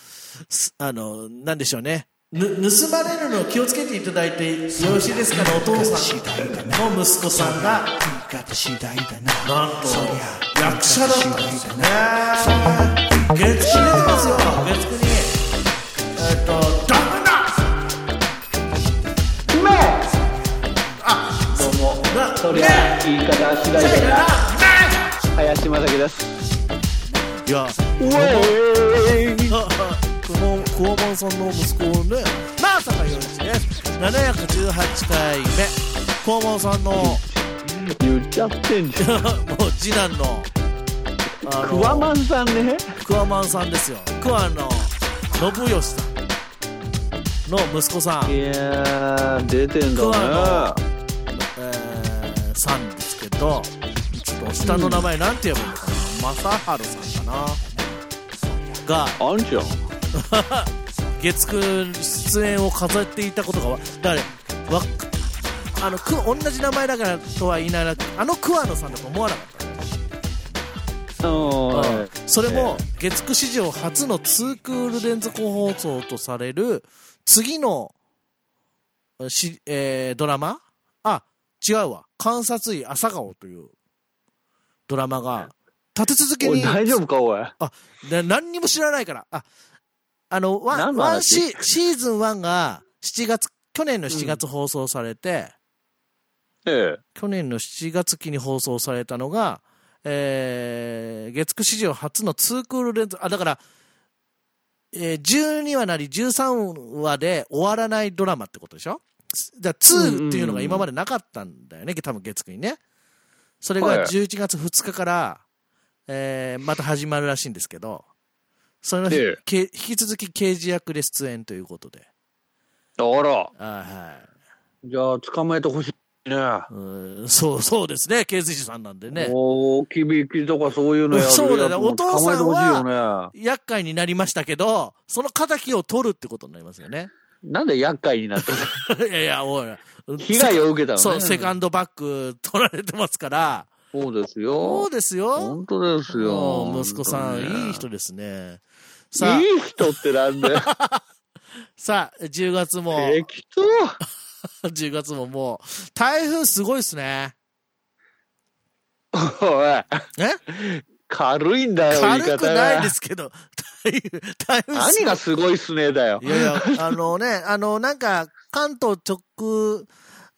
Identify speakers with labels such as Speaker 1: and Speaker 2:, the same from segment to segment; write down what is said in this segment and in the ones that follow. Speaker 1: すあの、なんでしょうね。ぬ盗まれるのを気をつけていただいてよろしいですかねお父さんの息子さんがなんと役者だったんですよね月9に出てますよ月9にえっと「ダメだ!」あどうもな
Speaker 2: そりゃ言い方次第だな林正樹です
Speaker 1: いや
Speaker 2: ウェイ
Speaker 1: クモンクオモンさんの息子をねまさかよろしいです718回目クオモンさんの も
Speaker 2: 言っちゃってんじゃん
Speaker 1: う次男のあの
Speaker 2: クワマンさんね
Speaker 1: クワマンさんですよクワの信義さんの息子さん、
Speaker 2: い
Speaker 1: え
Speaker 2: やー出てん
Speaker 1: ク
Speaker 2: だ
Speaker 1: ワ
Speaker 2: ね
Speaker 1: ーさんですけどちょっと下の名前なんて呼ぶのかな正治さんかなが
Speaker 2: あんじゃん
Speaker 1: 月9出演を飾っていたことがわだからわあのく同じ名前だからとは言いながらあの桑野さんだと思わなかった
Speaker 2: おーい
Speaker 1: それも月9史上初の2クール連続放送とされる次のし、えードラマあ違うわ「観察医朝顔」というドラマが立て続け
Speaker 2: お
Speaker 1: に
Speaker 2: い大丈夫かおい
Speaker 1: あな何にも知らないからああのワ
Speaker 2: 何
Speaker 1: ン
Speaker 2: の
Speaker 1: ワン
Speaker 2: 話
Speaker 1: シシーズン1が7月去年の7月放送されて、
Speaker 2: ええ
Speaker 1: 去年の7月期に放送されたのが、えー、月9史上初の2クール連続、あ、だから、えー12話なり13話で終わらないドラマってことでしょだから2っていうのが今までなかったんだよね、多分月9にね。それ
Speaker 2: はい
Speaker 1: が11月2日から、えーまた始まるらしいんですけど、その日、
Speaker 2: ええ
Speaker 1: け引き続き刑事役で出演ということで。
Speaker 2: あら
Speaker 1: あーはい
Speaker 2: じゃあ捕まえてほしい
Speaker 1: う
Speaker 2: ね
Speaker 1: ーんそう、そうですね、刑事さんなんでね。
Speaker 2: おおきびきとかそういうのやるやつ
Speaker 1: そうだよね
Speaker 2: も
Speaker 1: お父さんは
Speaker 2: 捕まえてほしいよね
Speaker 1: 厄介になりましたけど、その敵を取るってことになりますよ ね。
Speaker 2: なんで厄介になってる
Speaker 1: いやいや、おい。
Speaker 2: 被害を受けたのね
Speaker 1: そう、セカンドバック取られてますから。
Speaker 2: そうです
Speaker 1: そ
Speaker 2: よ
Speaker 1: うですよ。
Speaker 2: 本当ですよ
Speaker 1: うん息子さん、
Speaker 2: 本当にね
Speaker 1: いい人ですね。さあ
Speaker 2: い、い人ってなんだよ。
Speaker 1: さあ、10月も、
Speaker 2: 適当。
Speaker 1: 10月ももう、台風すごいっすね。
Speaker 2: おい、
Speaker 1: え
Speaker 2: 軽いんだよ、言い
Speaker 1: 軽
Speaker 2: 方
Speaker 1: くないで
Speaker 2: が。
Speaker 1: すけど、台風、台風すごい
Speaker 2: 何がすごいっすねだよ
Speaker 1: い。やいや、 あのね、あの、なんか、関東直、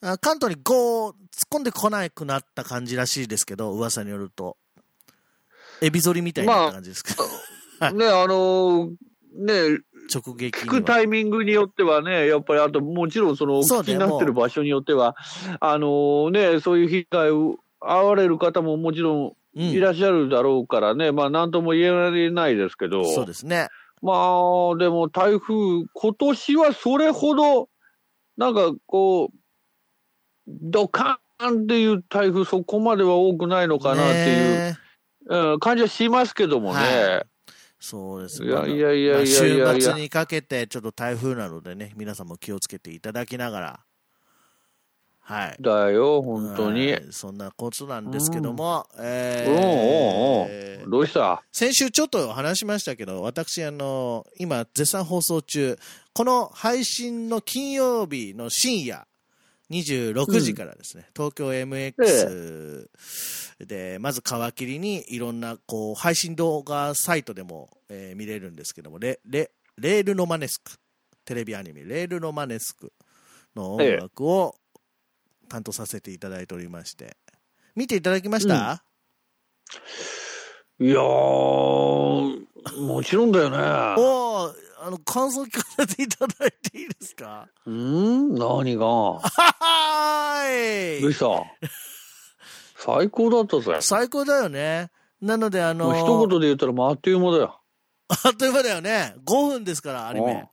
Speaker 1: あ関東にゴー、突っ込んでこなくなった感じらしいですけど、噂によると。エビ反りみたい
Speaker 2: ま
Speaker 1: な
Speaker 2: あ
Speaker 1: 感じですけ ど、
Speaker 2: ね、あのーね、
Speaker 1: 直撃
Speaker 2: 聞
Speaker 1: に
Speaker 2: く
Speaker 1: は。
Speaker 2: タイミングによってはね、やっぱりあと、もちろんその、お
Speaker 1: そうね
Speaker 2: 聞きになってる場所によっては、あのーね、そういう被害を遭われる方ももちろ
Speaker 1: うん
Speaker 2: んいらっしゃるだろうからね、まあ、なんとも言えられないですけど、
Speaker 1: そうですね。
Speaker 2: まあ、でも台風、今年はそれほど、なんかこう、ドカーンっていう台風、そこまでは多くないのかなっていう、
Speaker 1: ね
Speaker 2: うん、感じはしますけどもね。
Speaker 1: はそうです
Speaker 2: いやいやいやいやいやいや
Speaker 1: まあ週末にかけて、ちょっと台風なのでね、皆さんも気をつけていただきながら、はい。
Speaker 2: だよ、本当に。
Speaker 1: はいそんなことなんですけども、え
Speaker 2: うんうんうん
Speaker 1: ー
Speaker 2: どうした
Speaker 1: 先週ちょっと話しましたけど、私、あの、今、絶賛放送中、この配信の金曜日の深夜、26時からですね、東京 MX で、まず皮切りに、いろんな、こう、配信動画サイトでも、えー見れるんですけども、レ、レ、レールのマネスク、テレビアニメ、レールのマネスクの音楽を担当させていただいておりまして、見ていただきました、
Speaker 2: いやー、もちろんだよね。
Speaker 1: おお、あの、感想聞かせていただいていいですか
Speaker 2: うん何が
Speaker 1: はー
Speaker 2: ど う
Speaker 1: い
Speaker 2: した最高だったぜ。
Speaker 1: 最高だよね。なので、あの
Speaker 2: もう一言で言ったら、あっという間だよ。
Speaker 1: あっという間だよね。5分ですから、アニメ。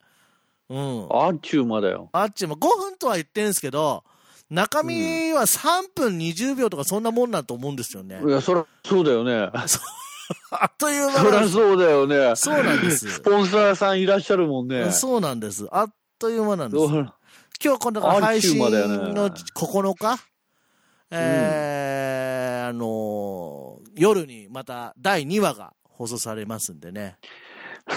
Speaker 1: うん。
Speaker 2: あっちゅう間だよ。
Speaker 1: あっちも5分とは言ってんですけど、中身は3分20秒とかそんなもんなんと思うんですよね
Speaker 2: い。や、そら、そうだよね。
Speaker 1: あっという間
Speaker 2: そ
Speaker 1: な
Speaker 2: ら
Speaker 1: んです
Speaker 2: そうだよね。
Speaker 1: そうなんで
Speaker 2: ス
Speaker 1: す。
Speaker 2: ポンサーさんいらっしゃるもんね。
Speaker 1: そうなんです。あっという間なんです
Speaker 2: ど。う
Speaker 1: 今日この配信の
Speaker 2: あっちゅう間だよね
Speaker 1: 9日、えーあのー夜にまた第2話が放送されますんでね。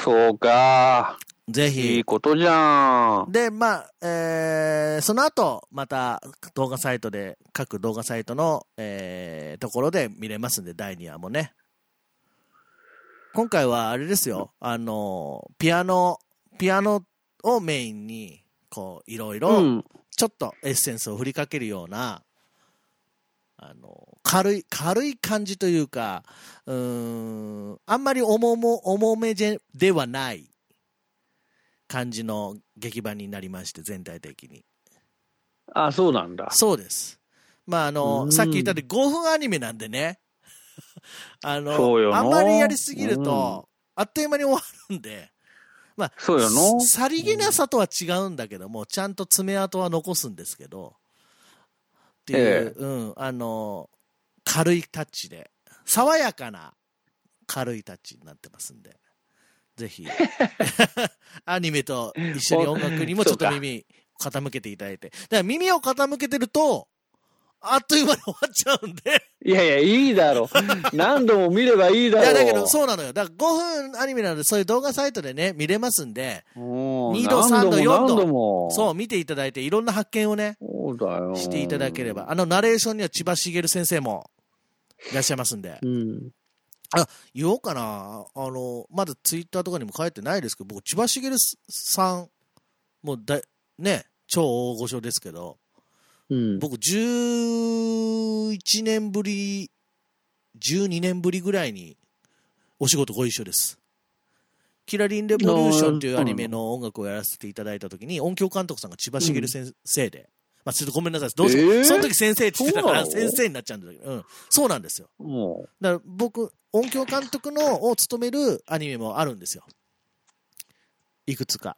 Speaker 2: そうか。
Speaker 1: ぜ
Speaker 2: い
Speaker 1: ひ
Speaker 2: い。ことじゃん。
Speaker 1: で、まあ、えーその後、また動画サイトで、各動画サイトの、えーところで見れますんで、第2話もね。今回はあれですよ、あの、ピアノ、ピアノをメインに、こう、いろいうろ、
Speaker 2: ん。
Speaker 1: ちょっとエッセンスを振りかけるような、あの、軽い、軽い感じというか、うーん、あんまり重も、重めじゃではない感じの劇場になりまして、全体的に。
Speaker 2: あ、そうなんだ。
Speaker 1: そうです。まあ、あ
Speaker 2: う
Speaker 1: の、
Speaker 2: ん
Speaker 1: さっき言ったように5分アニメなんでね。 あ
Speaker 2: そうよ
Speaker 1: の、
Speaker 2: な
Speaker 1: あんまりやりすぎると、あっという間に終わるんで、
Speaker 2: そうよの。
Speaker 1: さりげなさとは違うんだけども、ちゃんと爪痕は残すんですけど、っていう、
Speaker 2: え
Speaker 1: うん、あの、軽いタッチで、爽やかな軽いタッチになってますんで、ぜ ひ、アニメと一緒に音楽にもちょっと耳傾けていただいて、だから耳を傾けてると、あっという間に終わっちゃうんで、
Speaker 2: いやいや、いい だろ。何度も見ればいい
Speaker 1: い
Speaker 2: だろ。
Speaker 1: や、だけど、そうなのよ。だから5分アニメなので、そういう動画サイトでね、見れますんで、
Speaker 2: もう。
Speaker 1: 二度
Speaker 2: 何
Speaker 1: 三度四度
Speaker 2: も何度も。
Speaker 1: そう、見ていただいて、いろんな発見をね、
Speaker 2: そうだよ。
Speaker 1: していただければ。。あの、ナレーションには千葉茂先生もいらっしゃいますんで
Speaker 2: う。ん。
Speaker 1: 言おうかな。あの、まだツイッターとかにも書いてないですけど、僕、千葉茂さん、もうだ、ね、超大御所ですけど、
Speaker 2: うん。
Speaker 1: 僕、11年ぶり、12年ぶりぐらいに、お仕事ご一緒です。キラリン・レボリューションっていうアニメの音楽をやらせていただいたときに、音響監督さんが千葉茂先生で、まあ、ちょっとごめんなさい。どうぞ
Speaker 2: えー
Speaker 1: その時先生って言ってたから、
Speaker 2: そうなの
Speaker 1: 先生になっちゃうんだけど、うん。そうなんですよ。
Speaker 2: もう。
Speaker 1: だから僕、音響監督のを務めるアニメもあるんですよ。いくつか。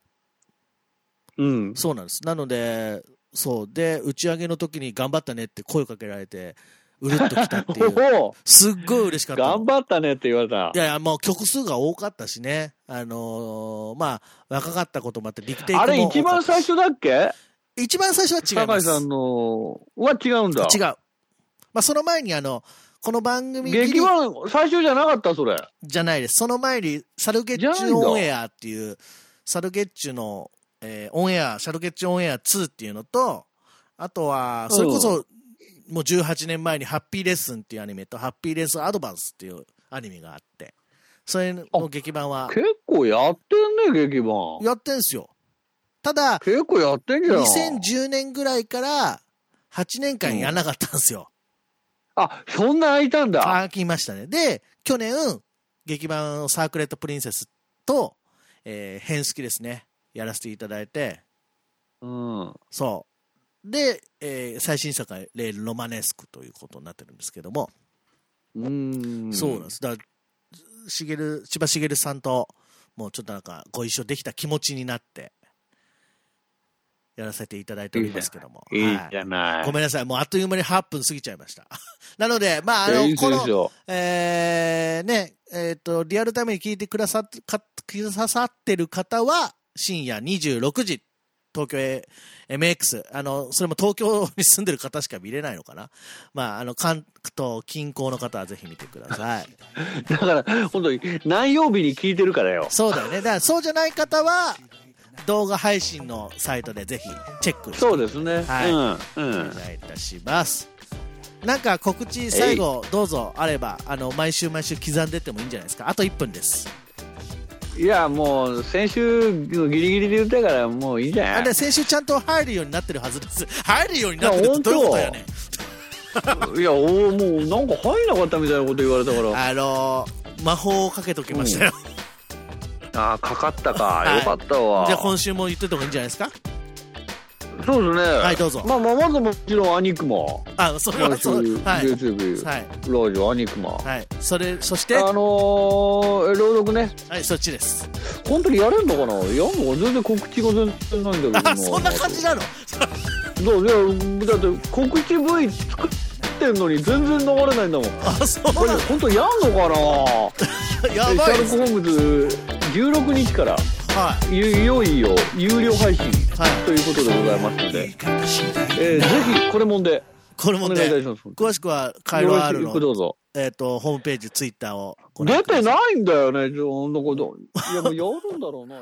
Speaker 2: うん。
Speaker 1: そうなんです。なので、そう。で、打ち上げの時に頑張ったねって声をかけられて、うるっときたっていう。
Speaker 2: おお
Speaker 1: すっごい嬉しかったの。
Speaker 2: 頑張ったねって言われた
Speaker 1: い。やいや、もう曲数が多かったしね。あのーまあ、若かったこともあって、力点
Speaker 2: あれ一番最初だっけ
Speaker 1: 一番最初は違い
Speaker 2: 高
Speaker 1: ま
Speaker 2: 井
Speaker 1: す。
Speaker 2: さんのは違うんだ。
Speaker 1: 違う。まあ、その前に、あの、この番組ギリ
Speaker 2: 劇版最初じゃなかったそれ。
Speaker 1: じゃないです。その前に、サルゲッチュオンエアっていう、サルゲッチュの、えーオンエア、サルゲッチュオンエア2っていうのと、あとは、それこそ、もう18年前にハッピーレッスンっていうアニメと、ハッピーレッスンアドバンスっていうアニメがあって、それの劇版は、
Speaker 2: 結構やってんね、劇版。
Speaker 1: やってんすよ。ただ、
Speaker 2: 結構やってんじゃん。
Speaker 1: 2010年ぐらいから、8年間やらなかったんですよ。
Speaker 2: あ、そんな空いたんだ。
Speaker 1: あきましたね。で、去年、劇版サークレットプリンセスと、えー、変式ですね。やらせていただいて、
Speaker 2: うん。
Speaker 1: そう。で、えー最新作がレール・ロマネスクということになってるんですけども、
Speaker 2: うん。
Speaker 1: そうなんです。だから、しげる、千葉茂さんと、もうちょっとなんかご一緒できた気持ちになって、やらせていただいておりますけども。
Speaker 2: いい
Speaker 1: は
Speaker 2: じゃない。
Speaker 1: ごめんなさい。もうあっという間に8分過ぎちゃいました。 なので、まあ、あ
Speaker 2: いや
Speaker 1: の、
Speaker 2: いい
Speaker 1: こ
Speaker 2: で
Speaker 1: の
Speaker 2: す、よ。
Speaker 1: えーね、えっ、と、リアルタイムに聞いてくださっ、か、くださってる方は、深夜26時、東京へ MX、あの、それも東京に住んでる方しか見れないのかな。まあ、あの、関東近郊の方はぜひ見てください。
Speaker 2: だから、本当に、何曜日に聞いてるからよ。
Speaker 1: そうだよね。だから、そうじゃない方は、動画配信のサイトでぜひチェックして
Speaker 2: そうですね。
Speaker 1: はい
Speaker 2: うん。う
Speaker 1: お
Speaker 2: ん。
Speaker 1: 願いいたします。なんか告知最後どうぞあればあの毎週毎週刻んでってもいいんじゃないですかあと1分です
Speaker 2: いや、もう、先週のギリギリで言ったから、もういいじゃ
Speaker 1: あ
Speaker 2: ん。い
Speaker 1: で先週ちゃんと入るようになってるはずです。 入るようになってるってどういうことやねん。
Speaker 2: や、おもう、なんか入んなかったみたいなこと言われたから。
Speaker 1: あのー、魔法をかけときましたよ。
Speaker 2: ああ、かかった
Speaker 1: は
Speaker 2: か。
Speaker 1: い
Speaker 2: よかった わ。
Speaker 1: じゃあ今週も言ってた方がいいんじゃないですか
Speaker 2: そうですね。
Speaker 1: はい、どうぞ。
Speaker 2: まあ、まあ、まずもちろん、アニクマ。
Speaker 1: あ、それ
Speaker 2: 今
Speaker 1: は
Speaker 2: 週、
Speaker 1: そう。はい。
Speaker 2: YouTube、
Speaker 1: はい。
Speaker 2: ラジオ、アニクマ。
Speaker 1: はい。それ、そして、
Speaker 2: あのー、朗読ね、
Speaker 1: はい、そっちです。
Speaker 2: 本当にやれんのかな、やんのか、全然告知が全然ないんだけど
Speaker 1: あ、そんな感じなの
Speaker 2: そうだだって告知 V 作ってんのに全然流れないんだもん
Speaker 1: あ、そう
Speaker 2: これ
Speaker 1: な
Speaker 2: 本当やんのかな
Speaker 1: のや
Speaker 2: えシ
Speaker 1: ば
Speaker 2: ャ
Speaker 1: い
Speaker 2: ー
Speaker 1: です。
Speaker 2: ロック・
Speaker 1: は
Speaker 2: ホームズ16日からいいよいよ有料配信
Speaker 1: い。はい。
Speaker 2: ということでございますので、えーぜひこれもんで
Speaker 1: これ
Speaker 2: お
Speaker 1: も
Speaker 2: 願いいた
Speaker 1: ね
Speaker 2: し、ます
Speaker 1: 詳しくは、カイロ R
Speaker 2: よろしく
Speaker 1: の、
Speaker 2: どうぞ
Speaker 1: えっと、ホームページ、ツイッターをご覧
Speaker 2: 出
Speaker 1: ください
Speaker 2: てないんだよねちょなんかどいやもうやるんだろうな